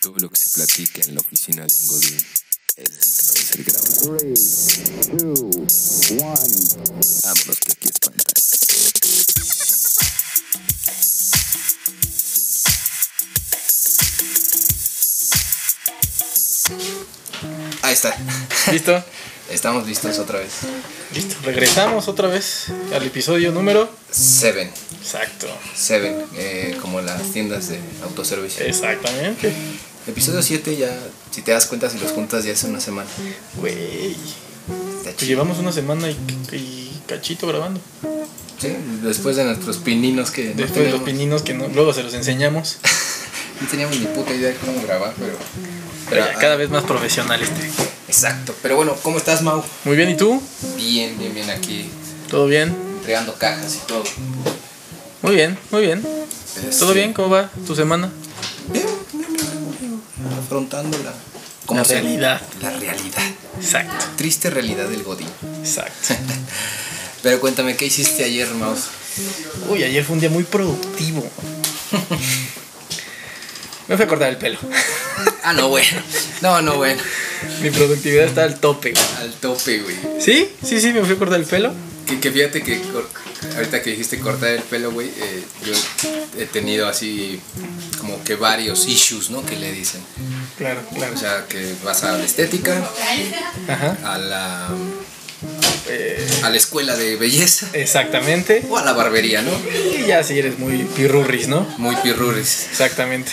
Todo lo que se platica en la oficina de un godín es digno de ser grabado. Three, two, one. Vámonos que aquí espanta. Ahí está. ¿Listo? Estamos listos otra vez. Listo. Regresamos otra vez al episodio número. Seven. Exacto. Seven. eh, como las tiendas de autoservicio. Exactamente. Episodio 7 ya, si te das cuenta, si los juntas ya es una semana. Güey. Está Pues chido. llevamos una semana y, y cachito grabando. Sí, después de nuestros pininos que no Pues Después de los teníamos- pininos que no- luego se los enseñamos. No teníamos ni puta idea de cómo grabar, pero. Pero ya ah, cada vez más profesional este. Exacto. Pero bueno, ¿cómo estás, Mau? Muy bien, ¿y tú? Bien, bien, bien aquí, ¿Todo bien? entregando cajas y todo. Muy bien, muy bien. ¿Todo Este, bien? ¿Cómo va tu semana? Bien, bien, bien, bien, bien. Afrontando la. La se- realidad. La realidad. Exacto. Triste realidad del Godín. Exacto. Pero cuéntame, ¿qué hiciste ayer, Mau? Uy, ayer fue un día muy productivo. Me fui a cortar el pelo. Ah, no, bueno. No, no, bueno. Mi productividad está al tope. güey. Al tope, güey. ¿Sí? Sí, sí, me fui a cortar el pelo. Que, que fíjate que cor- ahorita que dijiste cortar el pelo, güey, eh, yo he tenido así como que varios issues, ¿no? Que le dicen. Claro, claro. O sea, que vas a la estética, Ajá. a la, Eh, a la escuela de belleza exactamente. o a la barbería, ¿no? Y ya si eres muy pirurris, ¿no? Muy pirruris. Exactamente.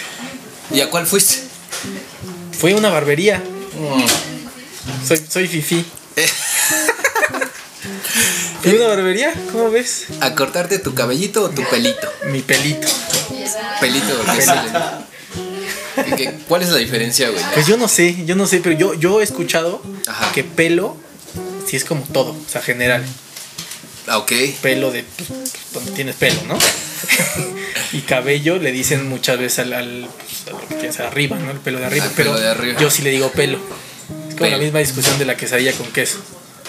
¿Y a cuál fuiste? Fue una barbería. Mm, Soy, soy fifi. ¿Fui a una barbería? ¿Cómo ves? ¿A cortarte tu cabellito o tu pelito? Mi pelito. Pelito, porque es el- ¿Qué- ¿Cuál es la diferencia, güey? Pues yo no sé, yo no sé, pero yo, yo he escuchado Ajá. que pelo sí es como todo, o sea, general. Ah, ok. Pelo de pues, donde tienes pelo, ¿no? y cabello le dicen muchas veces al, al pues, a lo que tienes arriba, ¿no? El pelo de arriba. Al pero pelo de arriba. yo sí le digo pelo. Es como Pelo. la misma discusión de la quesadilla con queso.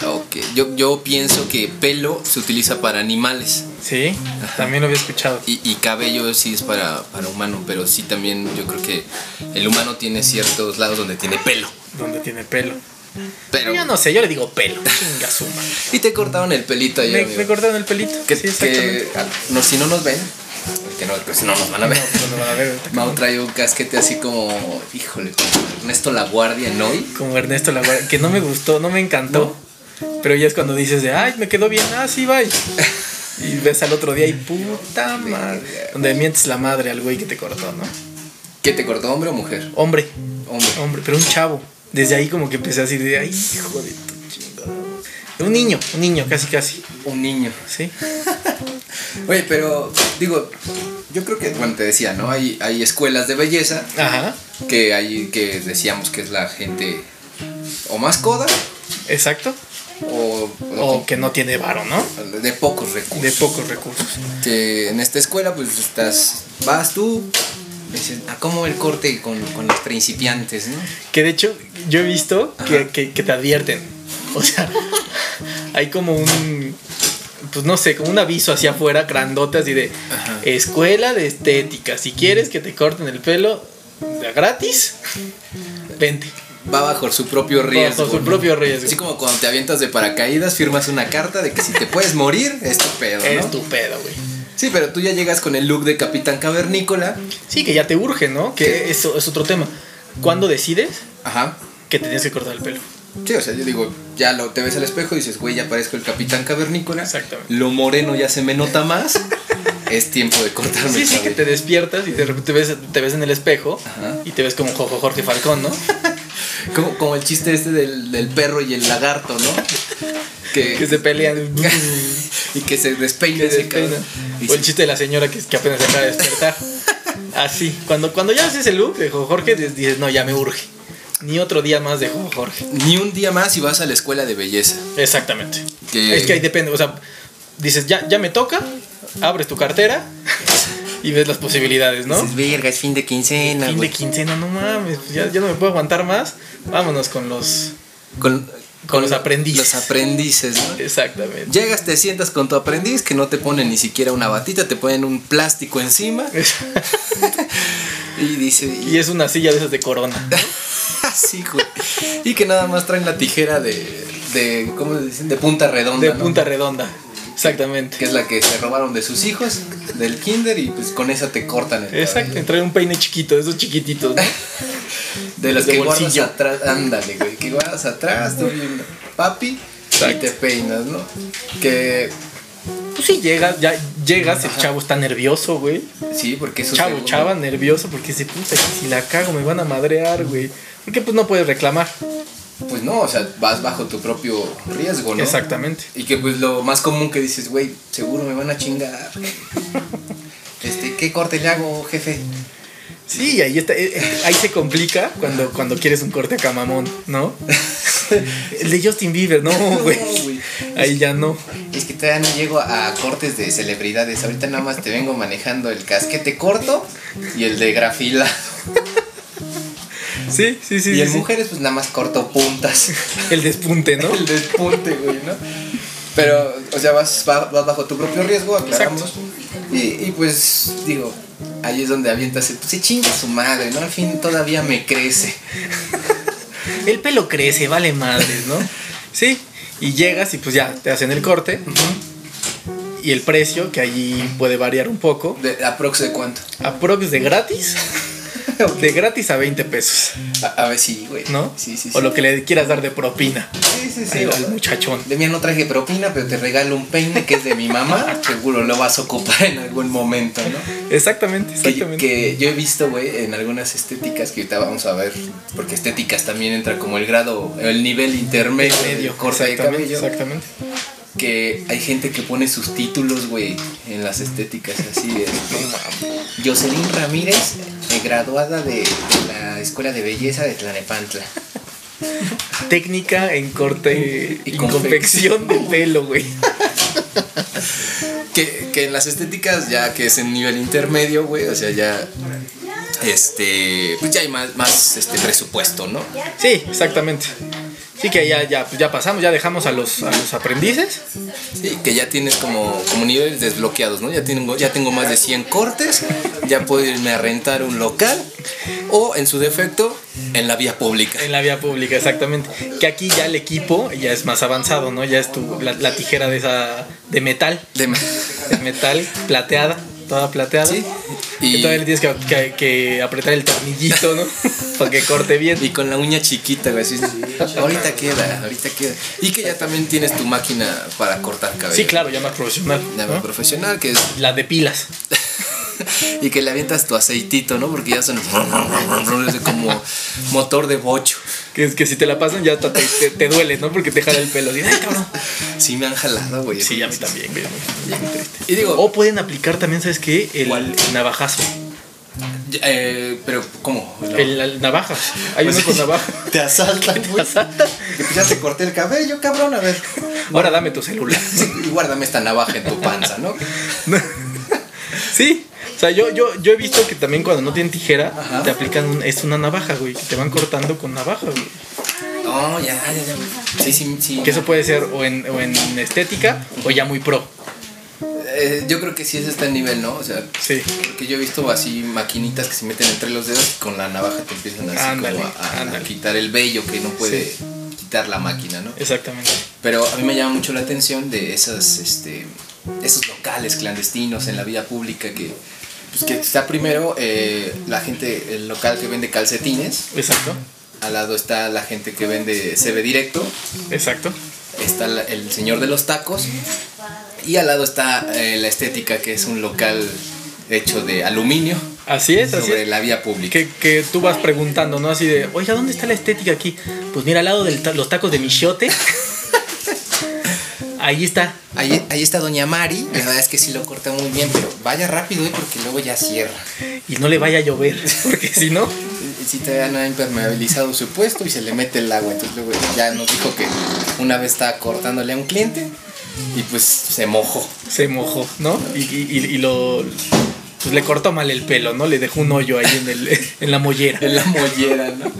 ah, Ok. Yo, yo pienso que pelo se utiliza para animales. Sí, también lo había escuchado. Y, y cabello sí es para, para humano, pero sí también yo creo que el humano tiene ciertos lados donde tiene pelo. Donde tiene pelo. Pero... Yo no sé, yo le digo pelo. Chinga su madre. Y te cortaron el pelito ayer, Me, amigo. me cortaron el pelito. Que, sí, que exactamente. ah, no, si no nos ven, que no, que si no nos van a ver. No, no, no, a ver, Mau trae un casquete así como, híjole, como Ernesto La Guardia, ¿no? como Ernesto la Guardia, que no me gustó, no me encantó. Pero ya es cuando dices de, ay, me quedó bien, ah, sí, bye. Y ves al otro día y puta madre. Donde mientes la madre al güey que te cortó, ¿no? ¿Qué te cortó, hombre o mujer? Hombre, Hombre. hombre, pero un chavo. Desde ahí como que empecé así de, ay, hijo de tu chingada. Un niño, un niño, casi, casi. Un niño. Sí, Oye, pero digo, yo creo que, bueno, te decía, ¿no? Hay, hay escuelas de belleza ajá, que hay, que decíamos que es la gente o más coda exacto. o, O que no tiene varo, ¿no? de pocos recursos. De pocos recursos. que en esta escuela pues estás, vas tú, dices, ah, como el corte con, con los principiantes, ¿no? Que de hecho, yo he visto que, que- que te advierten. O sea, hay como un. Pues no sé, como un aviso hacia afuera, grandote, así de. Ajá. Escuela de estética. Si quieres que te corten el pelo de a gratis, vente. Va bajo su propio riesgo. Bajo su ¿no? propio riesgo. Así como cuando te avientas de paracaídas, firmas una carta de que si te puedes morir, es tu pedo, ¿no? Es tu pedo, güey. Sí, pero tú ya llegas con el look de Capitán Cavernícola. Sí, que ya te urge, ¿no? Que eso es otro tema. ¿Cuándo decides Ajá. que te tienes que cortar el pelo? Sí, o sea, yo digo, ya lo, te ves al espejo y dices, güey, ya parezco el Capitán Cavernícola. Exactamente. Lo moreno ya se me nota más. es tiempo de cortarme Sí, el sí, que cabello. te despiertas y de repente ves, te ves en el espejo Ajá. y te ves como Jojo Jorge Falcón, ¿no? Como, como el chiste este del, del perro y el lagarto, ¿no? Que, que se pelean. y que se despeine Que ese despeina. cabrón. Y O el se- chiste de la señora que, que apenas se acaba de despertar. Así, cuando, cuando ya haces el look de Jo- Jorge, dices, dices, no, ya me urge. Ni otro día más de Jo- Jorge. Ni un día más y vas a la escuela de belleza. Exactamente. Que- Es que ahí depende, o sea, dices, ya, ya me toca, abres tu cartera y ves las posibilidades, ¿no? Dices, verga, es fin de quincena, Fin de güey". quincena, no mames, pues ya, ya no me puedo aguantar más. Vámonos con los. Con, Con los aprendices. Los aprendices, ¿no? Exactamente. Llegas, te sientas con tu aprendiz, que no te ponen ni siquiera una batita, te ponen un plástico encima. Y dice. Y es una silla de esas de corona. Sí, güey. Y que nada más traen la tijera de. de ¿Cómo le dicen? De punta redonda. De ¿no? punta redonda. Exactamente. Que es la que se robaron de sus hijos, del kinder, y pues con esa te cortan el cabello. Exacto, trae un peine chiquito, de esos chiquititos. ¿no? De las De que bolsillo. guardas atrás, ándale, güey, que guardas atrás, tú bien, papi, y Exacto. te peinas, ¿no? Que Pues sí, llegas, ya llegas, el chavo está nervioso, güey. Pues sí, porque eso Chavo, chava, nervioso porque dice, puta, si la cago me van a madrear, güey. Porque pues no puedes reclamar. Pues no, o sea, vas bajo tu propio riesgo, ¿no? Exactamente. Y que pues lo más común que dices, güey, seguro me van a chingar. Este, ¿qué corte le hago, jefe? Sí, ahí está, eh, eh, ahí se complica cuando, cuando quieres un corte acá mamón, ¿no? El de Justin Bieber, no, güey. No, güey. Ahí ya no. Es que todavía no llego a cortes de celebridades. Ahorita nada más te vengo manejando el casquete corto y el de grafila. Sí, sí, sí. Y sí, en sí. mujeres, pues nada más corto puntas. El despunte, ¿no? El despunte, güey, ¿no? Pero, o sea, vas, va- vas bajo tu propio riesgo, aclaramos. Y, y, pues, digo, ahí es donde avientas el, pues se chinga su madre, ¿no? Al fin todavía me crece. El pelo crece, vale madres, ¿no? Sí. Y llegas y pues ya, te hacen el corte. Y el precio, que allí puede variar un poco. De, ¿Aprox de cuánto? Aprox de gratis. De gratis a 20 pesos, A, a ver si, güey. ¿no? Sí, sí, sí. O lo que le quieras dar de propina Sí, sí, sí. al- o- al muchachón. De mí no traje propina, pero te regalo un peine que es de mi mamá. Seguro lo vas a ocupar en algún momento, ¿no? Exactamente, Que, exactamente. que yo he visto, güey, en algunas estéticas que ahorita vamos a ver, porque estéticas también entra como el grado, el nivel intermedio, medio, corte de exactamente, cabello. exactamente. que hay gente que pone sus títulos, güey, en las estéticas así de... Jocelyn Ramírez, eh, graduada de, de la Escuela de Belleza de Tlanepantla. Técnica en corte Y y, confección. confección de pelo, güey. Que, que en las estéticas, ya que es en nivel intermedio, güey, o sea, ya... Este, pues ya hay más, más este presupuesto, ¿no? Sí, exactamente. Sí que ya, ya, pues ya pasamos, ya dejamos a los, a los aprendices. Sí, que ya tienes como, como niveles desbloqueados, ¿no? Ya tengo, ya tengo más de 100 cortes, ya puedo irme a rentar un local o, en su defecto, en la vía pública. En la vía pública, exactamente. Que aquí ya el equipo ya es más avanzado, ¿no? Ya es tu, la, la tijera de esa, de metal, De- de metal plateada, toda plateada. Sí. Y todavía le tienes que, que- que apretar el tornillito, ¿no? Para que corte bien. Y con la uña chiquita, güey. así, Ahorita queda, ahorita queda. Y que ya también tienes tu máquina para cortar cabello. Sí, claro, ya más profesional. Ya ¿no? más profesional, que es. La de pilas. y que le avientas tu aceitito, ¿no? Porque ya son. es como motor de bocho. Que, es que si te la pasan ya hasta te, te- te duele, ¿no? Porque te jala el pelo. Dices, "Ay, cabrón". Sí, me han jalado, güey. Sí, a mí también, güey, muy- muy triste. Y digo, O pueden aplicar también, ¿sabes qué? El, ¿Cuál? el navajazo. eh, pero ¿cómo? El, el navaja. Hay Pues uno con navaja. Te asaltan, Te güey. asaltan. Que pues ya te corté el cabello, cabrón, a ver. Ahora dame tu celular. Y guárdame esta navaja en tu panza, ¿no? Sí. O sea, yo, yo, yo he visto que también cuando no tienen tijera, Ajá. te aplican un- es una navaja, güey, que te van cortando con navaja, güey. No, ya, ya, ya. Sí, sí, sí. Que eso puede ser o en, o en estética o ya muy pro. Eh, yo creo que sí es este nivel, ¿no? O sea, Sí. porque yo he visto así maquinitas que se meten entre los dedos y con la navaja te empiezan así Ándale, como a- a, a ándale. quitar el vello que no puede quitar la máquina, ¿no? Exactamente. Pero a mí me llama mucho la atención de esas, este, esos locales clandestinos en la vía pública que, pues que está primero eh, la gente, el local que vende calcetines, Exacto. al lado está la gente que vende CB directo, Exacto. está la- el señor de los tacos y al lado está eh, la estética que es un local hecho de aluminio Así es, así sobre es. la vía pública. Que, que tú vas preguntando, ¿no? Así de, oiga, ¿dónde está la estética aquí? Pues mira, al lado de los tacos de Michote. Ahí está. Ahí, ahí está Doña Mari, la verdad es que sí lo corta muy bien, pero vaya rápido eh, porque luego ya cierra. Y no le vaya a llover. Porque si no. Si te han impermeabilizado su puesto y se le mete el agua, entonces luego ya nos dijo que una vez estaba cortándole a un cliente y pues se mojó. se mojó, ¿no? Y, y- y- y lo, pues le cortó mal el pelo, ¿no? Le dejó un hoyo ahí en, el, en la mollera. En la mollera, ¿no?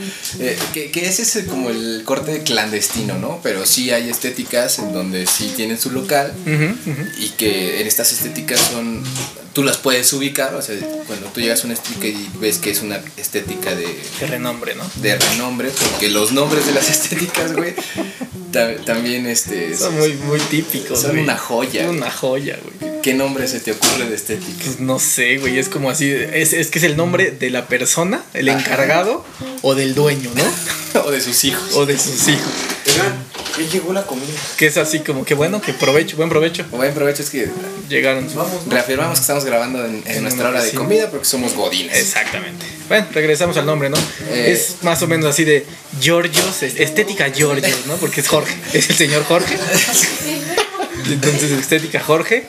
Eh, que, que ese es como el corte clandestino, ¿no? Pero sí hay estéticas en donde sí tienen su local Ujú, ujú. y que en estas estéticas son. Tú las puedes ubicar, o sea, cuando tú llegas a una estética y ves que es una estética de, Qué renombre, ¿no? de renombre, porque los nombres de las estéticas, güey, ta- también este, Son muy, muy típicos, son güey. una joya. Una joya, güey. ¿Qué nombre se te ocurre de este estética? Pues no sé, güey, es como así, es, es que es el nombre de la persona, el encargado o del dueño, ¿no? o de sus hijos. O de sus hijos. Oigan, ya llegó la comida. Que es así como que bueno, que provecho, buen provecho. O buen provecho, es que Llegaron sus- Vamos, ¿no? reafirmamos que estamos grabando en, en En nuestra una hora de oficina. comida porque somos godines. Exactamente. Bueno, regresamos al nombre, ¿no? Eh. Es más o menos así de Giorgios, es- estética Giorgios, ¿no? Porque es Jorge, es el señor Jorge. Entonces, estética Jorge,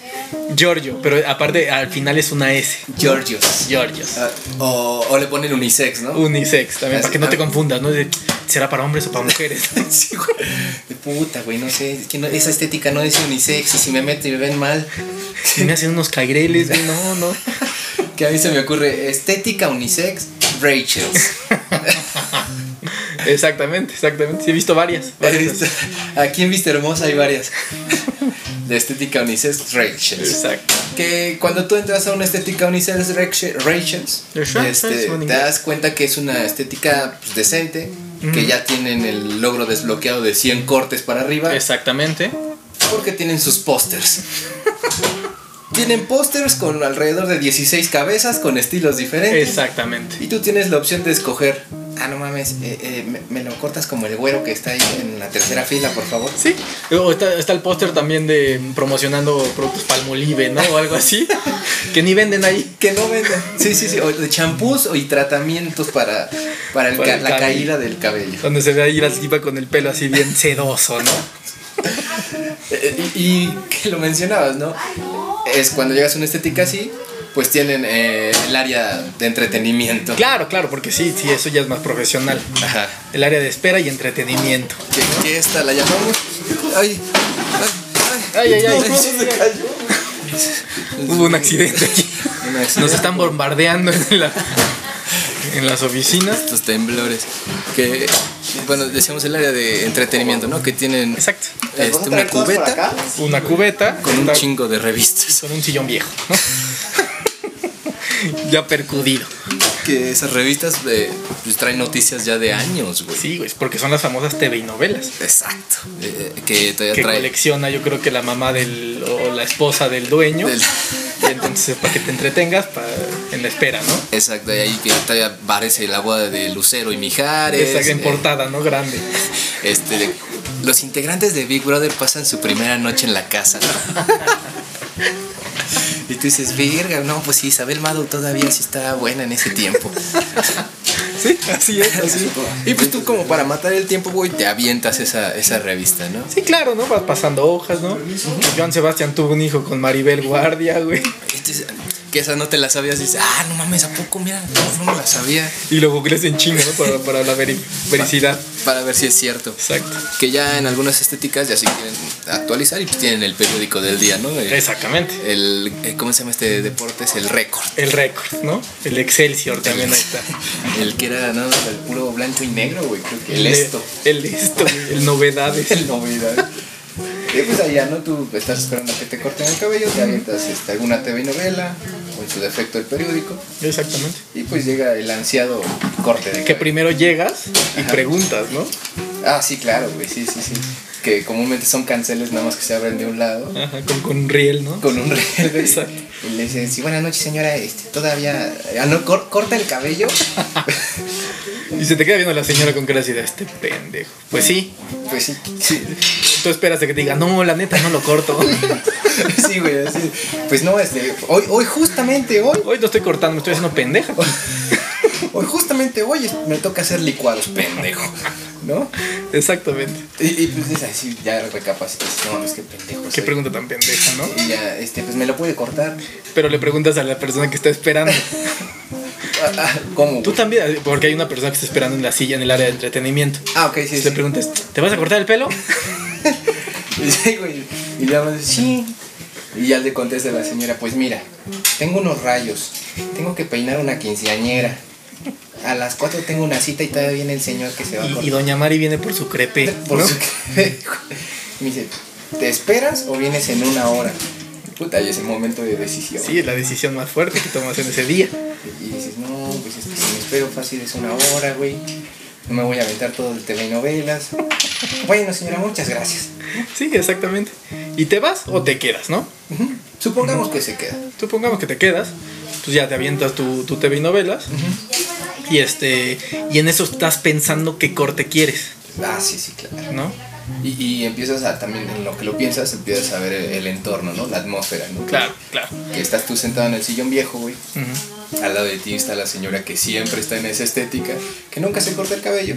Giorgio, pero aparte al final es una S, Georgios. Giorgios. Ah, o, o le ponen unisex, ¿no? Unisex también, para que no te Ah. confundas, ¿no? De, ¿Será para hombres o para mujeres? Sí, güey. De puta, güey, no sé. es que no- esa estética no es unisex y si me meto y me ven mal. Si me hacen unos caireles, güey, no, no. Que a mí se me ocurre estética unisex, Rachel. Exactamente, exactamente. Sí, he visto varias. varias. Aquí en Vista Hermosa hay varias. De estética unisex, Rachel. Exacto. Que cuando tú entras a una estética unisex Rachel, Rachels, Exacto, este, es un te das cuenta que es una estética pues, decente, que ya tienen el logro desbloqueado de 100 cortes para arriba, Exactamente. porque tienen sus pósters. tienen pósters con alrededor de 16 cabezas, con estilos Ah. diferentes. Exactamente. Y tú tienes la opción de escoger. Ah, no mames, eh, eh, me, me lo cortas como el güero que está ahí en la tercera fila, por favor. Sí. O está, está el póster también de promocionando productos Palmolive, ¿no? O algo así. que ni venden ahí. Que no venden. Sí, sí, sí. O de champús o y tratamientos para, para, el Para ca- el la cabello. caída del cabello. Donde se ve ahí la tipa con el pelo así bien sedoso, ¿no? Eh, y, y que lo mencionabas, ¿no? Es cuando llegas a una estética así, pues tienen eh, el área de entretenimiento. Claro, claro, porque sí, sí, eso ya es más profesional. Ajá. El área de espera y entretenimiento. Que, que esta la llamamos. Ay, Ay, ay, ay. Se cayó. Hubo un accidente aquí. Una vez- Nos están bombardeando en, la- en las oficinas. estos temblores. Que, bueno, decíamos el área de entretenimiento, ¿no? Que tienen Exacto. ¿Las vas a este, una traer todas por acá? cubeta Una cubeta con un está- chingo de revistas. con un sillón viejo, ¿no? ya percudido. Que esas revistas eh, pues, traen noticias ya de años, güey. Sí, güey, porque son las famosas TV y novelas. Exacto. Eh, que todavía Que trae. colecciona, yo creo que la mamá del o la esposa del dueño. del- Y entonces para que te entretengas pa- en la espera, ¿no? Exacto, y ahí que todavía aparece la boda de Lucero y Mijares. Esa gran eh, portada, ¿no? Grande. este, de- los integrantes de Big Brother pasan su primera noche en la casa. ¿no? y tú dices, verga, no, pues sí, Isabel Mado todavía sí estaba buena en ese tiempo. Sí, así es, así. Y pues tú como para matar el tiempo, güey, te avientas esa, esa revista, ¿no? Sí, claro, ¿no? Vas pasando hojas, ¿no? Joan Sebastián tuvo un hijo con Maribel Guardia, güey. Entonces, que esa no te la sabías, dices, ah, no mames, ¿a poco? Mira, no, no me la sabía. Y lo googleas en chingo, ¿no? Para, para la veri- vericidad. Para ver si es cierto. Exacto. Que ya en algunas estéticas ya sí quieren actualizar y pues tienen el periódico del día, ¿no? El- Exactamente. el eh, ¿cómo se llama este deporte? Es el récord. El récord, ¿no? El Excelsior también ahí está. El que era nada más el puro blanco y negro, güey, creo que el esto. El esto, güey, el novedades. El novedad. Y pues allá, ¿no? Tú estás esperando a que te corten el cabello, te avientas este, alguna TV novela, o en su defecto el periódico, Exactamente. y pues llega el ansiado corte de Que cabello. primero llegas y Ajá. preguntas, ¿no? Ah, sí, claro, güey, sí, sí, sí. Que comúnmente son canceles nada más que se abren de un lado. Ajá, con, con un riel, ¿no? Con un riel, güey. Exacto. Y le dices, sí, buenas noches, señora, este, todavía... ah, no, cor- corta el cabello. Y se te queda viendo la señora con cara así de este pendejo. Pues sí, Pues sí, sí, tú esperas a que te diga, no, la neta, no lo corto. Sí, güey, así. Pues no, este, hoy, hoy justamente hoy, Hoy no estoy cortando, me estoy haciendo pendeja. hoy justamente hoy es- me toca hacer licuados, pendejo, ¿no? Exactamente. Y, y, pues es así, ya recapacitas, no, es que pendejo. Qué soy. pregunta tan pendeja, ¿no? Y ya, este, pues me lo puede cortar. Pero le preguntas a la persona que está esperando. Ah, ah, ¿Cómo? Tú güey? también, porque hay una persona que está esperando en la silla en el área de entretenimiento. Ah, ok, sí, Entonces le sí. preguntas, ¿te vas a cortar el pelo? Y sí, güey, y ya me dice, sí. Y ya le contesta la señora, pues mira, tengo unos rayos, tengo que peinar una quinceañera. A las 4 tengo una cita y todavía viene el señor que se va a Y, y cortar. doña Mari viene por su crepe. Por ¿no? su- Me dice, ¿te esperas o vienes en una hora? Puta, y es el momento de decisión. Sí, es la decisión más fuerte que tomas en ese día. Y dices, no, pues es que si me espero fácil es una hora, güey. No me voy a aventar todo el telenovelas. Bueno, señora, muchas gracias. Sí, exactamente. ¿Y te vas o te quedas, no? Ujú. Supongamos que se queda. Supongamos que te quedas, pues ya te avientas tu, tu TV y novelas. Y este. Y en eso estás pensando qué corte quieres, Ah, sí, sí, claro. ¿no? Y, y empiezas a también, en lo que lo piensas, empiezas a ver el, el entorno, ¿no? La atmósfera, ¿no? Claro, claro. Que estás tú sentado en el sillón viejo, güey. Ujú. Al lado de ti está la señora que siempre está en esa estética, que nunca se corta el cabello.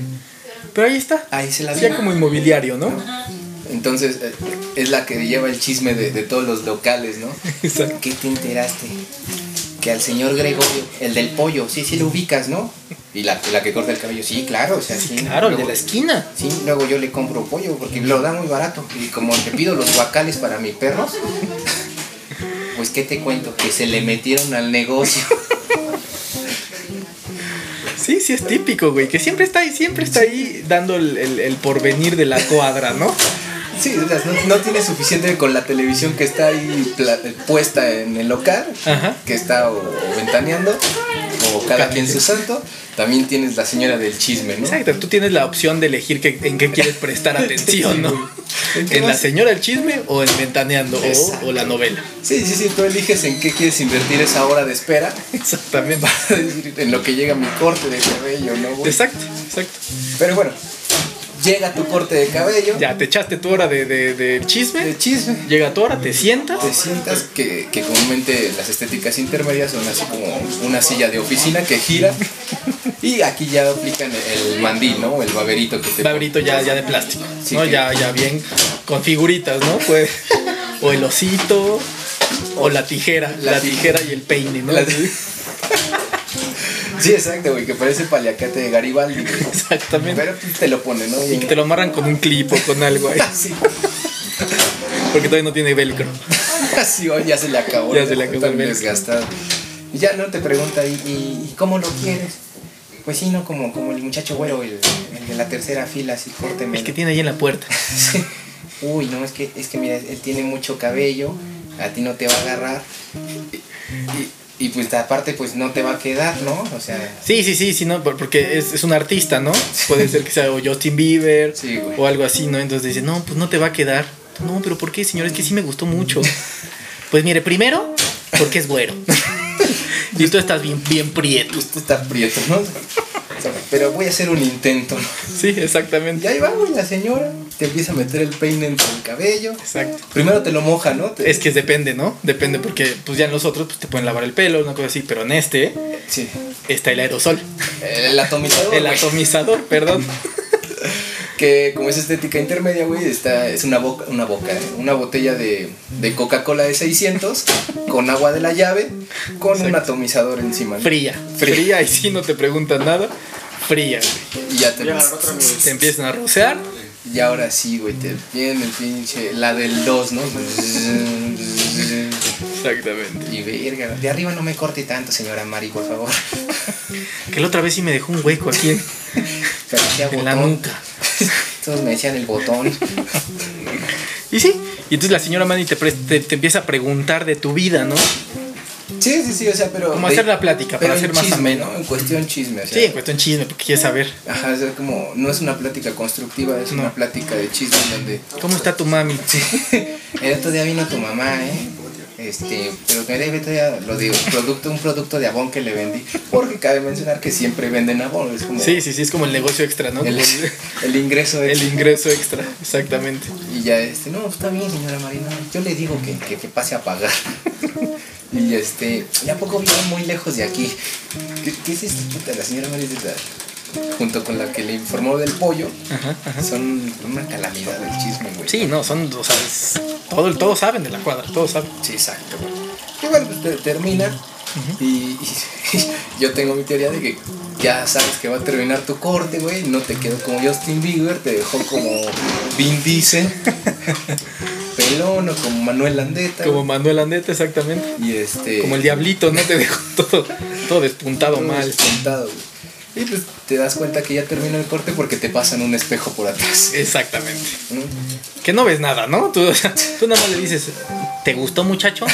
Pero ahí está. Ahí se la Ya vive. como inmobiliario, ¿no? Entonces, eh, es la que lleva el chisme de, de todos los locales, ¿no? Exacto. ¿Qué te enteraste? Que al señor Gregorio, el del pollo, sí, sí lo ubicas, ¿no? Y la, la que corta el cabello, sí, claro, o sea, sí. Claro, el de luego- la esquina. Sí, luego yo le compro pollo porque lo da muy barato. Y como te pido los guacales para mis perros, pues qué te cuento, que se le metieron al negocio. Sí, sí es típico, güey, que siempre está ahí, siempre está ahí dando el, el- el porvenir de la cuadra, ¿no? Sí, o sea, no, no tiene suficiente con la televisión que está ahí pla- puesta en el local, Ajá. que está o, o ventaneando, o cada quien su santo. También tienes la señora del chisme, ¿no? Exacto, tú tienes la opción de elegir que- en qué quieres prestar atención, ¿no? En la señora el chisme o en ventaneando o, o la novela. Sí, sí, sí, tú eliges en qué quieres invertir esa hora de espera. Exactamente. en lo que llega mi corte de cabello, ¿no? güey? Exacto, exacto. Pero bueno, llega tu corte de cabello. Ya te echaste tu hora de, de- del chisme, de chisme. llega tu hora, te sientas. Te sientas que, que comúnmente las estéticas intermedias son así como una silla de oficina que gira y aquí ya aplican el mandil, ¿no? El baberito que te Babrito ya, ya de plástico, Sí, ¿no? que- Ya, ya bien con figuritas, ¿no? Pues, o el osito, o la tijera, La la, ti- tijera y el peine, ¿no? La- Sí, exacto, güey, que parece paliacate de Garibaldi. güey. Exactamente. Pero pues, te lo ponen, ¿no? Ah, Y que te lo amarran con un clip o con algo ahí. Sí. Porque todavía no tiene velcro. Ah, Sí, hoy ya se le acabó. Ya se le acabó Tan el mes. desgastado. Y ya no te pregunta, ¿y, y- y cómo lo quieres? Pues sí, no como, como el muchacho güero, el, el de la tercera fila, así córteme. El que tiene ahí en la puerta. Uy, no, es que, es que mira, él tiene mucho cabello, a ti no te va a agarrar. Y, y- y, pues aparte, pues no te va a quedar, ¿no? O sea, Sí, sí, sí, sí, no, por- porque es, es un artista, ¿no? Puede ser que sea o Justin Bieber Sí, güey. o algo así, ¿no? Entonces dice, no, pues no te va a quedar. No, pero ¿por qué, señor? Es que sí me gustó mucho. Pues mire, primero, porque es güero. y tú estás bien, bien prieto. usted está prieto, ¿no? O sea, pero voy a hacer un intento. ¿no? Sí, Y exactamente. ahí va, güey, la señora. Te empieza a meter el peine entre el cabello. Exacto. Primero te lo moja, ¿no? Te- Es que depende, ¿no? Depende porque pues ya en los otros pues, te pueden lavar el pelo, una cosa así, pero en este Sí. está el aerosol, El atomizador. el güey. atomizador, perdón. Que como es estética intermedia, güey, está, es una boca, una boca, ¿eh? una botella de, de Coca-Cola de 600 con agua de la llave, con un atomizador encima. ¿no? Fría. Fría. Fría. y si no te preguntan nada, fría. güey. Y ya te Voy a agarrar otra mi- Te empiezan a rocear. Y ahora sí, güey, te viene el pinche, la del 2, ¿no? Exactamente. Y verga, de arriba no me corte tanto, señora Mari, por favor. Que la otra vez sí me dejó un hueco aquí en, Parecía en la botón. nuca. Todos me decían el botón. Y sí. Y entonces la señora Manny te, pre- te, te empieza a preguntar de tu vida, ¿no? Sí, sí, sí, o sea, pero. Como hacer la plática, pero para hacer en más chisme, ameno. ¿no? En cuestión chisme, o sea. Sí, pues en cuestión chisme, porque quieres saber Ajá, es como, no es una plática constructiva, es una plática de chisme donde cómo está tu mami. el otro día vino tu mamá, ¿eh? Este, pero que debe todavía lo digo, producto, un producto de abón que le vendí, porque cabe mencionar que siempre venden abón, es como Sí, sí, sí, es como el negocio extra, ¿no? Como el, El, el ingreso de el ingreso extra, exactamente. y ya este, no, está bien señora Marina, yo le digo que, que, que pase a pagar. Y este, ya poco vive muy lejos de aquí. ¿Qué, qué es esta puta? La señora Marina es de la- junto con la que le informó del pollo. Ajá, ajá. Son una calamidad del chisme, güey. Sí, no, son, o sea, es- todo, todos saben de la cuadra, todos saben. Sí, exacto, güey. Y bueno, pues te- termina. y, y yo tengo mi teoría de que ya sabes que va a terminar tu corte, güey. No te quedó como Justin Bieber, te dejó como Vin Diesel. Pero Pelón o como Manuel Landeta. Como Manuel Andeta, exactamente. y este. Como el diablito, ¿no? Te dejó todo, todo despuntado todo mal. despuntado, güey. Y pues te das cuenta que ya terminó el corte porque te pasan un espejo por atrás. Exactamente. ¿no? Mm. Que no ves nada, ¿no? Tú, o sea, tú nada más le dices, ¿te gustó muchacho?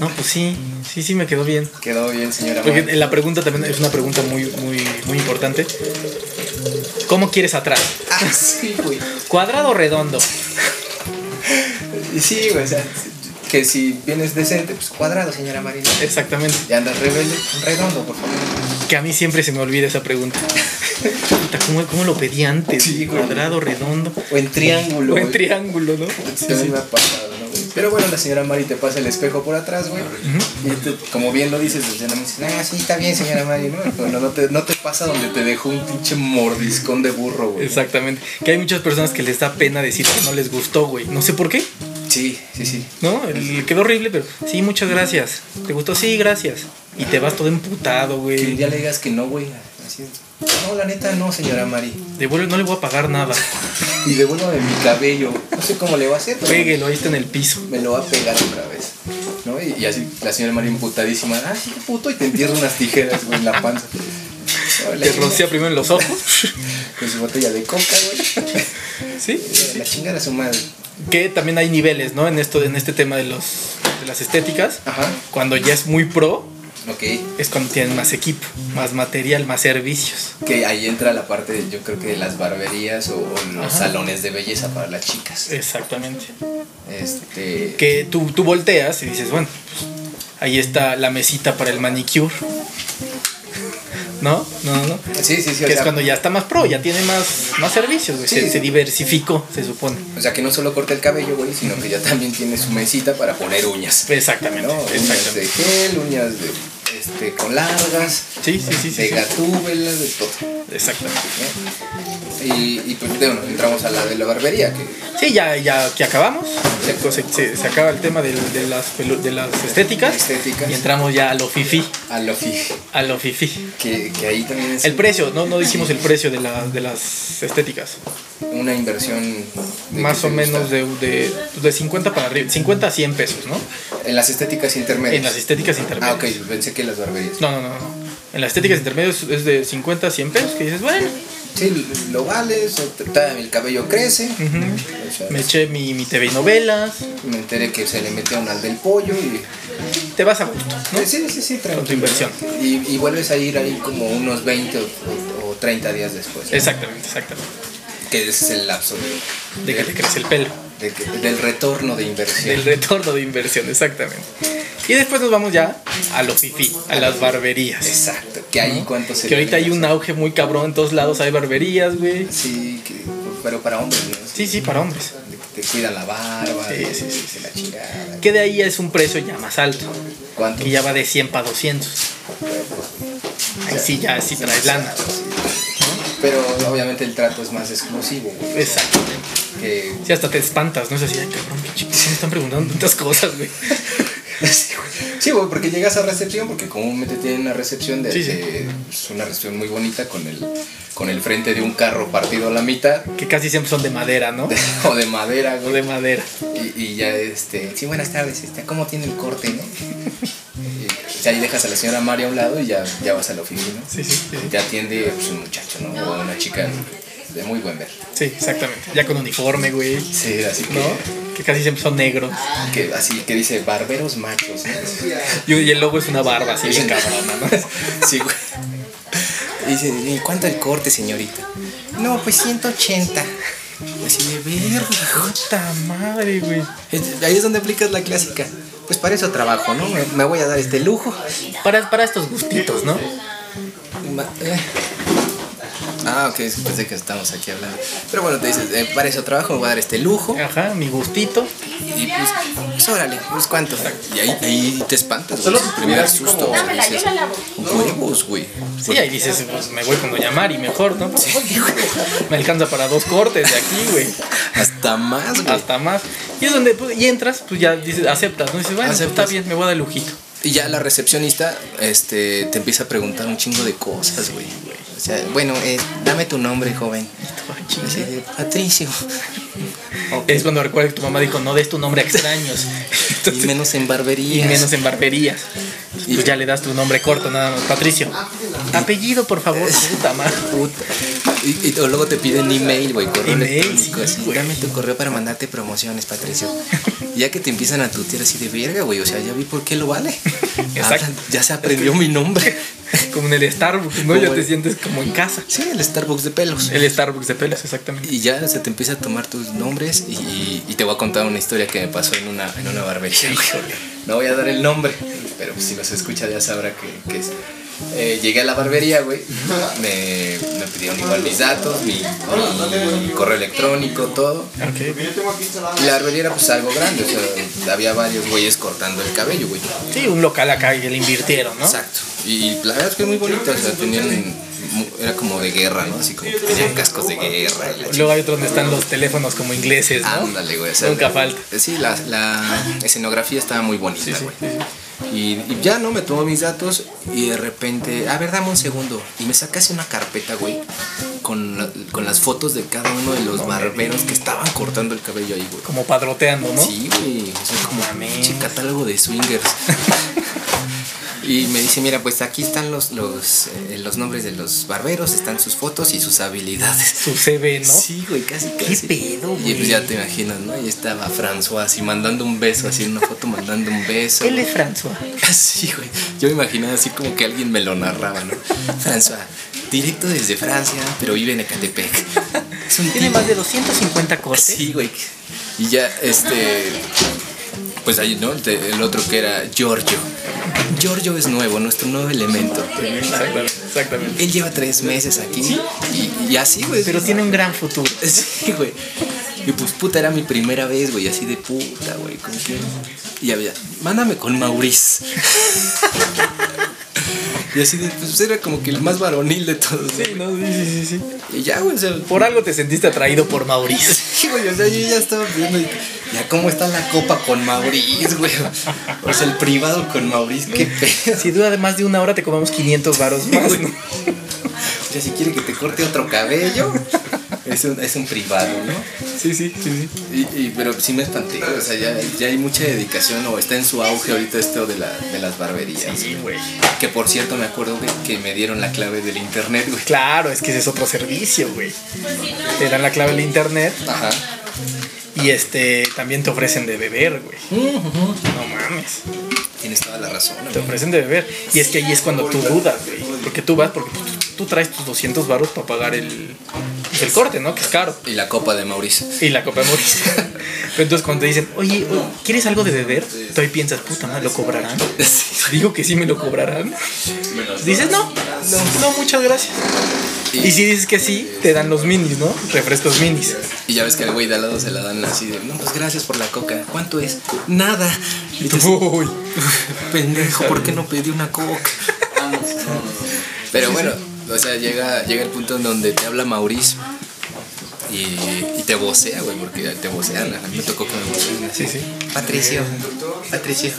No, pues sí, sí, sí me quedó bien. Quedó bien, señora. Porque Mar. en la pregunta también es una pregunta muy, muy, muy importante. ¿Cómo quieres atrás? Ah, sí, güey. ¿Cuadrado o redondo? Y sí, güey, o sea, que si vienes decente, pues cuadrado, señora Marina. Exactamente. Ya andas rebelde, redondo, por favor. Que a mí siempre se me olvida esa pregunta. Puta, ¿Cómo, cómo lo pedí antes? Sí, güey. ¿Cuadrado, redondo? O en triángulo. O en güey. triángulo, ¿no? Sí, También sí. me ha pasado, ¿no, güey? Pero bueno, la señora Mari te pasa el espejo por atrás, güey. Y tú, como bien lo dices, pues, ya no me dices, ah, sí, está bien, señora Mari, ¿no? Pero no, no te, no te pasa donde te dejó un pinche mordiscón de burro, güey. Exactamente. Que hay muchas personas que les da pena decir que no les gustó, güey. No sé por qué, Sí, sí, sí. ¿no? Le quedó horrible, pero sí, muchas gracias. ¿Te gustó? Sí, gracias. Y te vas todo emputado, Que un güey. día le digas que no, güey. Así, no, la neta, no, señora Mari. Devuelve, no le voy a pagar nada. Y devuélvame mi cabello. No sé cómo le va a hacer, pero Péguelo, ahí está en el piso. me lo va a pegar otra vez. ¿No? Y, y así la señora Mari emputadísima, ah, sí, puto, y te entierra unas tijeras, güey, en la panza. Te rocía primero en los ojos. Con su botella de coca, güey. Sí. La chingada a su madre. Que también hay niveles, ¿no? En esto, en este tema de los de las estéticas. Ajá. Cuando ya es muy pro, Ok. es cuando tienen más equipo, más material, más servicios. Que ahí entra la parte, de, yo creo que de las barberías o, o los Ajá. salones de belleza para las chicas. Exactamente. Este. Que tú, tú volteas y dices, bueno, pues, ahí está la mesita para el manicure. ¿No? No, no, no. Sí, sí, sí. O Que es sea, cuando ya está más pro, ya tiene más, más servicios, güey. Sí. Se, se diversificó, se supone. o sea, que no solo corta el cabello, güey, sino que ya también tiene su mesita para poner uñas. Exactamente. ¿no? Uñas de exactamente. gel, uñas de, este, con largas, Sí, sí, sí, sí, de sí. gatúbela, de todo. Exactamente. ¿no? Y, y pues, bueno, entramos a la de la barbería, que Sí, ya, ya que acabamos. Se, se- se- se acaba el tema del- de, las, pelu- de las estéticas. Estéticas. Y entramos ya a lo fifi. a lo fije, A lo fifi. que, que ahí también es El precio, no, no dijimos el precio de, la- de las estéticas. una inversión. de Más que o te menos gusta. de, de, de 50 para arriba, 50 a 100 pesos, ¿no? En las estéticas intermedias. En las estéticas intermedias. Ah, ok, pensé que en las barberías. No, no, no, no. En las estéticas intermedias es de 50 a 100 pesos, que dices, bueno, Sí, lo vales, o te- ta- el cabello crece. ujú, O sea, me eché mi, mi TV y novelas, me enteré que se le metieron al del pollo y. eh, te vas a gusto, ¿no? Sí, sí, sí, tranquilo. Con tu inversión. Y, y vuelves a ir ahí como unos 20 o, o- o 30 días después. ¿no? Exactamente, exactamente. Que es el lapso de- De que te crece el pelo. de que- del retorno de inversión. Del retorno de inversión, exactamente. Y después nos vamos ya a lo fifi, a las barberías. Exacto, que ahí cuánto se. Que ahorita hay uno un auge muy cabrón, en todos lados hay barberías, güey. Sí, que- pero para hombres, ¿no? Sí, sí, para hombres. Te, te cuidan la barba, Sí, te- sí, sí, te la chingada. Que de ahí es un precio ya más alto, ¿Cuánto? que ya va de 100 para 200. Ahí sí, ya sí traes lana. Pero obviamente el trato es más exclusivo, güey. Exactamente. Que Sí, hasta te espantas, ¿no? Es así, ay, cabrón, qué chingados me están preguntando tantas cosas, güey. Sí, güey. Sí, güey, porque llegas a recepción, porque comúnmente tienen una recepción de, Sí, sí. de- es una recepción muy bonita con el con el frente de un carro partido a la mitad Que casi siempre son de madera, ¿no? o de madera, O güey. de madera. Y, y ya este, sí, buenas tardes, este, ¿cómo tiene el corte, no? Y, o sea, ahí dejas a la señora María a un lado y ya, ya vas a la oficina. Sí, sí, sí. Y Te atiende pues, un muchacho, ¿no? O una chica de muy buen ver. Sí, exactamente. Ya con uniforme, güey. Sí, así que, ¿No? Que casi siempre son negros. que así que dice barberos machos. ¿no? Y y el logo es una barba así bien Dicen- cabrona, ¿no? Sí, güey. Y Dicen, ¿y cuánto el corte, señorita? No, pues 180. Así de verga. Puta madre, güey. Es- Ahí es donde aplicas la clásica. Pues para eso trabajo, ¿no? Me, me voy a dar este lujo. Para, para estos gustitos, ¿no? Ma- eh. Ah, ok, es que pensé que estamos aquí hablando. Pero bueno, te dices, eh, para eso trabajo, me voy a dar este lujo. Ajá, mi gustito. Y pues, pues órale, pues cuánto. Y ahí, ahí te espantas, güey. Solo es el primer así susto. como- o sea, Dámela, yo dices, la lavo. Huevos, güey. Sí, ahí dices, pues me voy con Doña Mari mejor, ¿no? Me alcanza para dos cortes de aquí, güey. Hasta más, güey. Hasta más. Y es donde pues, y entras, pues ya dices, aceptas, ¿no? Dices, bueno, pues, Aceptas. está bien, me voy a dar lujito. Y ya la recepcionista este, te empieza a preguntar un chingo de cosas, güey. O sea, bueno, eh, dame tu nombre, joven. Y tú, ay, Así chinga. de, Patricio. Es cuando recuerdo que tu mamá dijo, no des tu nombre a extraños. Entonces, Y menos en y barberías. menos en barberías. Y pues ya le das tu nombre corto, nada más. Patricio. Apellido, por favor, puta madre. Puta. Y, y- o luego te piden email, güey, correo Email, electrónico. sí, así, güey. Dame tu correo para mandarte promociones, Patricio. Y ya que te empiezan a tutear así de verga, güey. O sea, ya vi por qué lo vale. Exacto. Habla- ya se aprendió mi nombre. Como en el Starbucks, ¿no? Como Ya te el- sientes como en casa. Sí, el Starbucks de pelos. El Starbucks de pelos, exactamente. Y ya se te empieza a tomar tus nombres y, y te voy a contar una historia que me pasó en una, en una barbería. güey. No voy a dar el nombre, pero pues si nos escucha ya sabrá que, que es. Eh, llegué a la barbería, güey. Me, me pidieron igual mis datos, mi, mi correo electrónico, todo. Ok. Y la barbería era pues algo grande, o sea, había varios güeyes cortando el cabello, güey. Sí, un local acá que le invirtieron, ¿no? Exacto. Y la verdad es que es muy bonito, o sea, tenían. mu- Era como de guerra, ¿no? Así como que tenían cascos de guerra y la Luego hay otro donde están los teléfonos como ingleses, ¿no? Ándale, güey. o sea, Nunca falta. Sí, la, la escenografía estaba muy bonita, sí, güey. Y, y ya, ¿no? Me tomó mis datos y de repente, a ver, dame un segundo. Y me sacaste una carpeta, güey, con, la- con las fotos de cada uno de los barberos que estaban cortando el cabello ahí, güey. Como padroteando, ¿no? Sí, güey. O sea, como Mames. pinche catálogo de swingers. y me dice, mira, pues aquí están los, los, eh, los nombres de los barberos, están sus fotos y sus habilidades. Su CV, ¿no? Sí, güey, casi, casi. pedo, Y güey? pues ya te imaginas, ¿no? Y estaba François así mandando un beso, así en una foto mandando un beso. Él es François. Así, güey. Yo me imaginaba así como que alguien me lo narraba, ¿no? François, directo desde Francia, pero vive en Ecatepec. Es un Tiene tipo- más de 250 cortes. Sí, güey. Y ya, este. Pues ahí, ¿no? El, el otro que era Giorgio. Giorgio es nuevo, nuestro nuevo elemento. Exactamente. exactamente. Él lleva tres meses aquí. Y, y así, güey. Pero tiene un gran futuro. Sí, güey. Y pues puta, era mi primera vez, güey, así de puta, güey. como que- Y había, mándame con Maurice. y así de, pues era como que el más varonil de todos. güey. Sí, no, sí, sí, sí, sí. Y ya, güey, o sea, Por algo te sentiste atraído por Mauricio. sí, güey, o sea, yo ya estaba viendo, y- ya cómo está la copa con Maurice, güey. O sea, el privado con Maurice, qué pedo. Si dura más de una hora, te comamos 500 varos más. ¿no? O sea, si quiere que te corte otro cabello, es un, es un privado, ¿no? Sí, sí, sí, sí. Y, y- pero sí me espanté, o sea, ya, ya hay mucha dedicación o está en su auge ahorita esto de, la, de las barberías. Sí, güey. Que por cierto me acuerdo güey, que me dieron la clave del internet, güey. Claro, es que ese es otro servicio, güey. Te dan la clave del internet Ajá. y este también te ofrecen de beber, güey. No mames. Tienes toda la razón. Te amigo. ofrecen de beber. Y es que ahí es cuando tú dudas, güey. Porque tú vas, porque tú, tú traes tus 200 varos para pagar el, pues, el corte, ¿no? Que es caro. Y la copa de Mauricio. Y la copa morís. Pero entonces cuando te dicen, oye, o- ¿quieres algo de beber? Tú ahí piensas, puta madre, ¿lo cobrarán? Digo que sí me lo cobrarán. Dices, no, no, no, muchas gracias. Y si dices que sí, te dan los minis, ¿no? Refrescos minis. Y ya ves que al güey de al lado se la dan así de, no, pues gracias por la coca. ¿Cuánto es? Nada. Y tú, Uy. pendejo, ¿por qué no pedí una coca? Pero bueno, o sea, llega, llega el punto en donde te habla Mauricio y, y te vocea, güey, porque te vocean. A mí me tocó que me vocearan así. Sí, sí. Patricio, Patricio,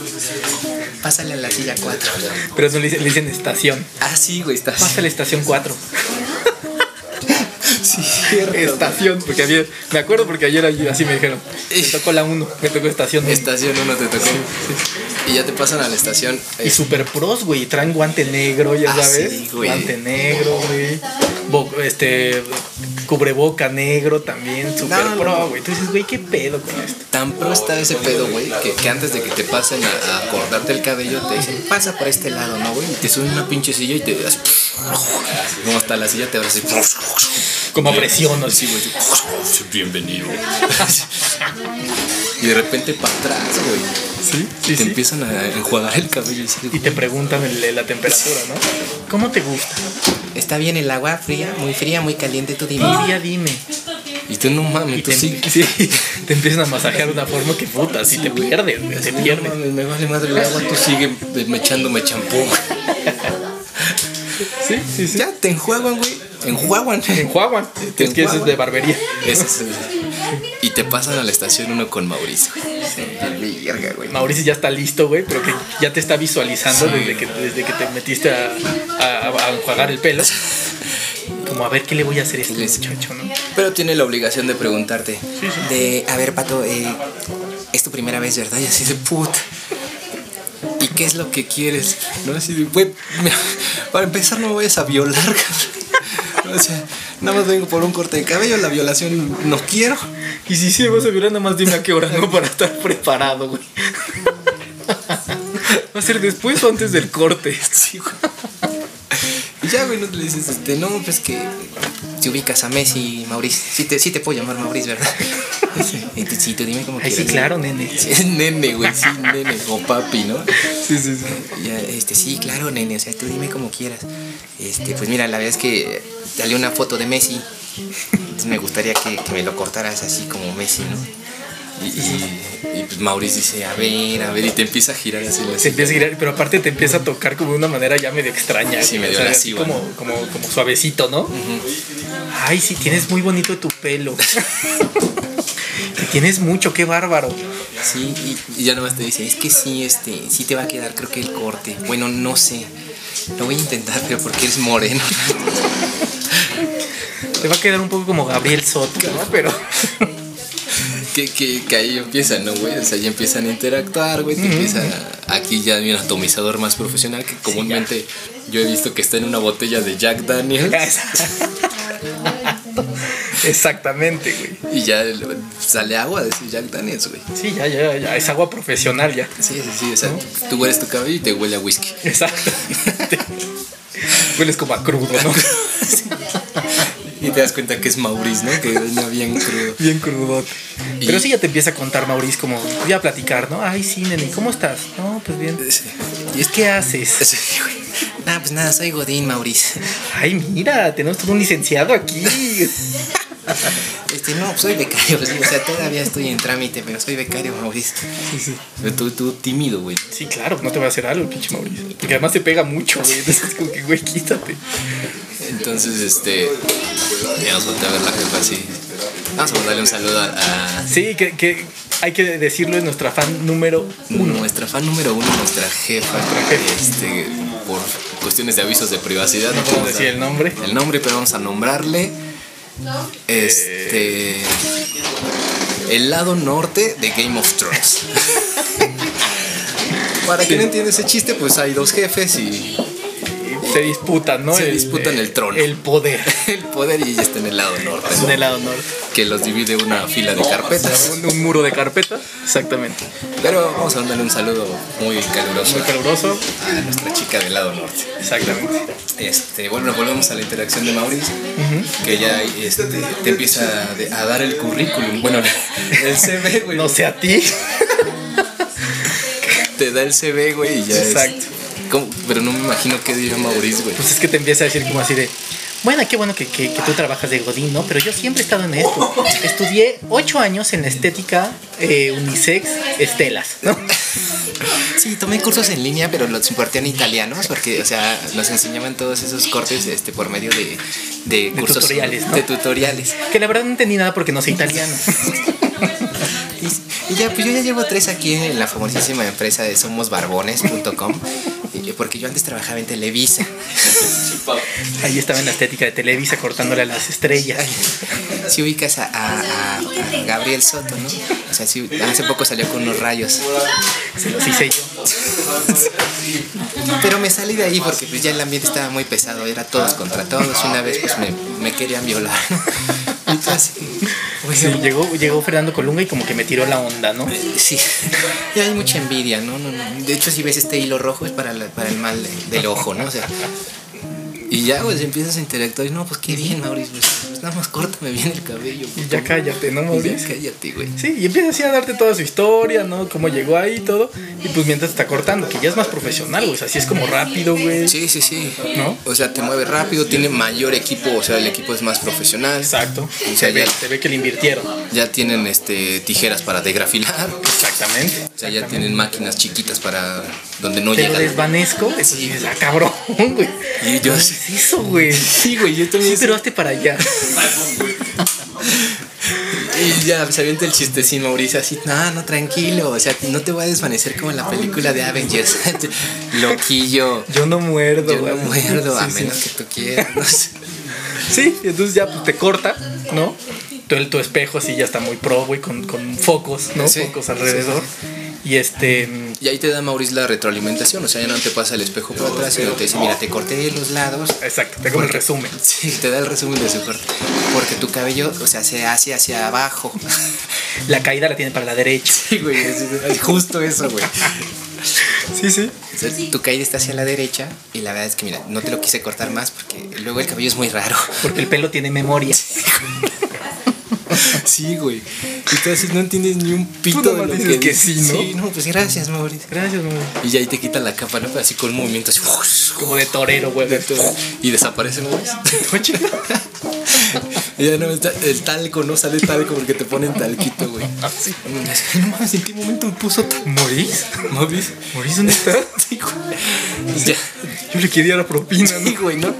pásale a la silla 4. Pero eso le dicen, le dicen estación. Ah, sí, güey, estás. Pasa la estación 4. Sí, Estación, porque ayer, me acuerdo porque ayer allí así me dijeron, me tocó la 1, me tocó estación. uno. Estación 1 te tocó. Y ya te pasan a la estación. Y eh, super pros, güey, traen guante negro, ya Ah, sabes. sí, güey. Guante negro, güey. Bo- Este, cubreboca negro también, super No, no, pro, güey. Tú dices, güey, ¿qué pedo con esto? Tan pro está ese pedo, güey, que, que antes de que te pasen a, a cortarte el cabello, te dicen, pasa por este lado, ¿no, güey? Y te suben una pinche silla y te das. Como hasta la silla te vas así. Como presión, ¿no? Así, güey. Bienvenido. Y de repente para atrás, güey. Sí, Te sí, sí. empiezan a enjuagar el cabello y dices, Y te preguntan el- la temperatura, ¿no? ¿Cómo te gusta? ¿está bien el agua fría? Muy fría, muy caliente, tú dime. Mi día dime. Y tú no Y mames, tú te, sí. sí, te empiezan a masajear de una forma que puta, si te pierdes, güey, te No pierdes. mames, me vale madre el agua, tú sigue echándome champú. Sí, sí, sí. Ya, te enjuagan, güey. Enjuagan. En Juaguan, que es que ese es de barbería. Ese es el- Y te pasan a la estación uno con Mauricio. Verga, güey. Mauricio ya está listo, güey, pero que ya te está visualizando desde, que, desde que te metiste a, a, a enjuagar el pelo. Como a ver qué le voy a hacer a este Les- muchacho, ¿no? Pero tiene la obligación de preguntarte. De, a ver, Pato, eh, es tu primera vez, ¿verdad? Y así de puta. ¿Y qué es lo que quieres? No, así de, güey, me- para empezar no me vayas a violar, cabrón. O sea, nada más vengo por un corte de cabello, la violación no quiero. Y si sí, vas a violar, nada más dime a qué hora, ¿no? Para estar preparado, güey. ¿Va a ser después o antes del corte? Sí, güey. Y ya, güey, no le dices, este, no, pues que si ubicas a Messi, Mauricio, sí te, sí te puedo llamar Mauricio, ¿verdad? Y tú- sí, tú dime cómo Ay, quieres. sí, claro, nene. Sí, es nene, güey, sí, nene, o papi, ¿no? Sí, sí, sí. Ya, este, sí, claro, nene, o sea, tú dime como quieras. Este, pues mira, la verdad es que salió una foto de Messi. Entonces me gustaría que, que me lo cortaras así como Messi, ¿no? Y, y- y, pues Mauricio dice, a ver, a ver, y te empieza a girar así la Se empieza a girar, pero aparte te empieza a tocar como de una manera ya medio extraña. Sí, güey. medio o sea, lasciva, como, como, como suavecito, ¿no? Ay, sí, tienes muy bonito tu pelo. Que tienes mucho, qué bárbaro. Sí, y, y ya nomás te dice, es que sí, este, sí te va a quedar creo que el corte. Bueno, no sé. Lo voy a intentar, pero porque eres moreno. Te va a quedar un poco como Gabriel Soto, ¿no? Pero. que, que, que ahí empiezan, ¿no, güey? O sea, ya empiezan a interactuar, güey. te empiezan a- aquí ya hay un atomizador más profesional que comúnmente yo he visto que está en una botella de Jack Daniels. Exactamente, güey. Y ya el- sale agua de ese Jack Daniels, güey. Sí, ya, ya, ya. Es agua profesional ya. Sí, sí, sí. O sea, tú hueles tu cabello y te huele a whisky. Exacto. Hueles como a crudo, ¿no? Y te das cuenta que es Maurice, ¿no? Que venía bien crudo. Bien crudo. Y- Pero sí ya te empieza a contar, Maurice, como voy a platicar, ¿no? Ay, sí, nene, ¿cómo estás? No, pues bien. Sí. ¿Y es qué haces? Sí, este, güey. Nah, pues nada, soy Godín, Maurice. Ay, mira, tenemos todo un licenciado aquí. Este, no, soy becario, sí, o sea, todavía estoy en trámite, pero soy becario, Mauricio. Sí, sí. Tú, tú tímido, güey. Sí, claro, no te va a hacer algo, pinche Maurice. Porque además te pega mucho, güey. Entonces es como que, güey, quítate. Entonces, este. Ya nos voltea a ver la jefa así. Vamos a mandarle un saludo a, a Sí, que, que hay que decirlo, es nuestra fan número uno. nuestra fan número uno, nuestra jefa. Este, por cuestiones de avisos de privacidad, no ¿Puedo podemos decir el decir nombre? el nombre, pero vamos a nombrarle. Este. El lado norte de Game of Thrones. Para quien no entiende ese chiste, pues hay dos jefes y Se disputan, ¿no? eh, Se disputan el trono. El poder. el poder y ella está en el lado norte, ¿no? Del lado norte. que los divide una fila de carpetas. Un, un muro de carpeta. Exactamente. Pero vamos a mandarle un saludo muy caluroso Muy caluroso. a nuestra chica del lado norte. Exactamente. Este, bueno, volvemos a la interacción de Mauricio, que ya este, te empieza a, de- a dar el currículum. Bueno, el CV, güey. No sé a ti. Te da el CV, güey, y ya es- Exacto. ¿Cómo? Pero no me imagino qué diría Mauricio, güey. Pues es que te empieza a decir como así de, bueno, qué bueno que, que- que tú trabajas de Godín, ¿no? Pero yo siempre he estado en esto. Estudié ocho años en la estética eh, unisex estelas, ¿no? Sí, tomé cursos en línea, pero los impartían italianos, porque, o sea, nos enseñaban todos esos cortes este, por medio de, de, cursos. tutoriales, ¿no? De tutoriales. Que la verdad no entendí nada porque no sé italiano. Y, y ya, pues yo ya llevo tres aquí en la famosísima empresa de somosbarbones.com, eh, porque yo antes trabajaba en Televisa. Ahí estaba en la estética de Televisa cortándole a las estrellas. Si ubicas a, a- a- a Gabriel Soto, ¿no? O sea, sí, hace poco salió con unos rayos. Se los hice yo. Pero me salí de ahí porque pues ya el ambiente estaba muy pesado, era todos contra todos. Una vez pues me, me querían violar. pues, Y tú así, bueno, Sí, llegó, llegó Fernando Colunga y como que me tiró la onda, ¿no? Sí, y hay mucha envidia, ¿no? No, no. De hecho, si ves este hilo rojo es para, la- para el mal de- del ojo, ¿no? O sea, y ya, pues empiezas a interactuar y no, pues qué bien, Mauricio, pues, pues, nada más córtame bien el cabello. Y ya cállate, ¿no, Y ya Mauricio? cállate, güey. Sí, y empieza así a darte toda su historia, ¿no? Cómo llegó ahí y todo. Y pues mientras está cortando, que ya es más profesional, güey. O sea, así es como rápido, güey. Sí, sí, sí. ¿No? O sea, te mueve rápido, tiene mayor equipo, o sea, el equipo es más profesional. Exacto. O sea, se, ve, ya- se ve que le invirtieron. Ya tienen este tijeras para degrafilar. Exactamente. O sea, ya tienen máquinas chiquitas para donde no Te lo llegan. desvanezco y dices, ah, cabrón, güey. Y yo ¿Qué es eso, güey? Sí, güey, yo Sí, también. pero hazte para allá. Y ya se avienta el chistecín Mauricio así, no, no, tranquilo, o sea, no te voy a desvanecer como en la película de Avengers. Loquillo, Yo no muerdo, yo no güey. muerdo, a Sí, sí. menos que tú quieras. no sé. Sí, y entonces ya pues, te corta, ¿no? Tu, el- tu espejo así ya está muy pro, güey, con, con focos, ¿no? Sí. Focos alrededor. Y este. mm, Y ahí te da Maurice la retroalimentación, o sea, ya no te pasa el espejo por atrás, sino te dice, mira, te corté los lados. Exacto, te hago el resumen. Sí, te da el resumen de su corte. Porque tu cabello, o sea, se hace hacia abajo. La caída la tiene para la derecha. Sí, güey, es- es justo eso, güey. Sí, sí. O sea, tu caída está hacia la derecha y la verdad es que, mira, no te lo quise cortar más porque luego el cabello es muy raro. Porque el pelo tiene memoria. Sí, güey. Y tú así no entiendes ni un pito Tú de nomás lo dices que, que dices. sí, ¿no? Sí, no, pues gracias, Maurice. Gracias, güey. Y ya ahí te quita la capa, ¿no? Pero así con un movimiento así. Como de torero, güey. de todo. Y desaparece Maurice. Y ya no, está- el talco, no sale talco porque te ponen talquito, güey. sí. Ay, No mames, ¿en qué momento me puso talco? ¿Morís? Maurice. ¿Morís dónde está? Sí, güey. Ya. Yo le quería la propina, ¿no? Sí, güey, ¿no?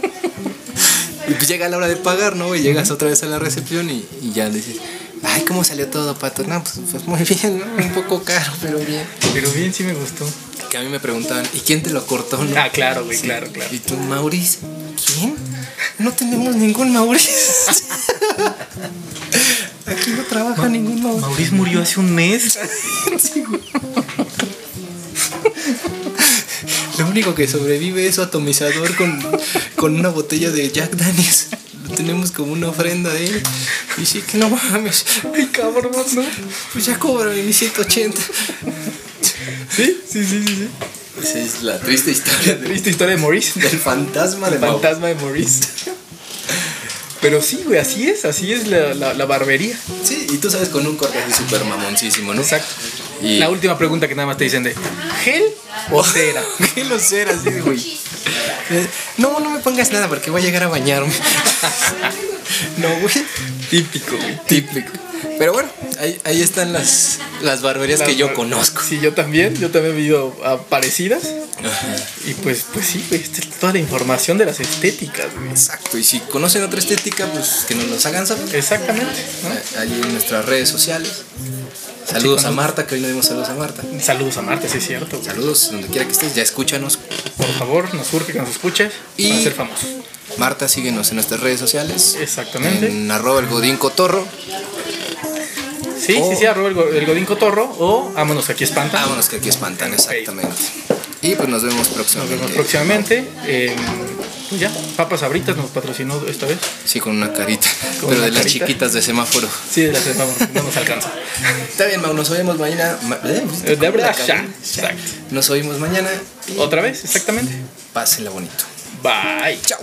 Y pues llega la hora de pagar, ¿no? Y llegas otra vez a la recepción y, y ya le dices, ay, ¿cómo salió todo, pato? No, pues, pues muy bien, ¿no? Un poco caro, pero bien. Pero bien, sí me gustó. Que a mí me preguntaban, ¿y quién te lo cortó? no?" Ah, claro, güey, claro, claro. Y tú, Maurice, ¿quién? No tenemos ningún Maurice. Aquí no trabaja ningún Maurice. Maurice murió hace un mes. Lo único que sobrevive es su atomizador con, con una botella de Jack Daniels. Lo tenemos como una ofrenda de él. Y sí, que no mames. Ay, cabrón, ¿no? Pues ya cóbrame mis 180. Sí, sí, sí, sí. sí. Esa es la triste historia de- Triste historia de Maurice. del fantasma de El Maurice. fantasma de Maurice. Pero sí, güey, así es, así es la, la- la barbería. Sí, y tú sabes, con un corte así súper mamoncísimo, ¿no? Exacto. Y- La última pregunta que nada más te dicen de ¿gel o cera? ¿Qué lo será así, de, güey? Eh, No, no me pongas nada porque voy a llegar a bañarme. No, güey. Típico, güey. Típico. Pero bueno, ahí, ahí están las, las barberías que yo conozco. Sí, yo también, yo también he vivido a parecidas. Y pues, pues sí, güey, esta es toda la información de las estéticas, güey. Exacto. Y si conocen otra estética, pues que nos los hagan saber. Exactamente. ¿no? Eh, Ahí en nuestras redes sociales. Saludos a Marta, que hoy no dimos saludos a Marta. Saludos a Marta, sí es cierto. güey. Saludos donde quiera que estés, ya escúchanos. Por favor, nos surge que nos escuches Y- para ser famosos. Marta, síguenos en nuestras redes sociales. Exactamente. En arroba el godín cotorro. Sí, sí, sí, arroba el, go- el Godín Cotorro o vámonos aquí espanta. Vámonos que aquí espantan, exactamente. Y pues nos vemos Nos próximamente. vemos próximamente. Eh, pues ya, Papas Abritas nos patrocinó esta vez. Sí, con una carita. Con pero una de las carita. chiquitas de semáforo. Sí, de las que vamos, no nos alcanza. Está bien, Mau, nos oímos mañana. Ma- ¿eh? Eh, De verdad, La ya. cagué. Exacto. Nos oímos mañana. Otra vez, exactamente. Pásenla bonito. Bye. Chao.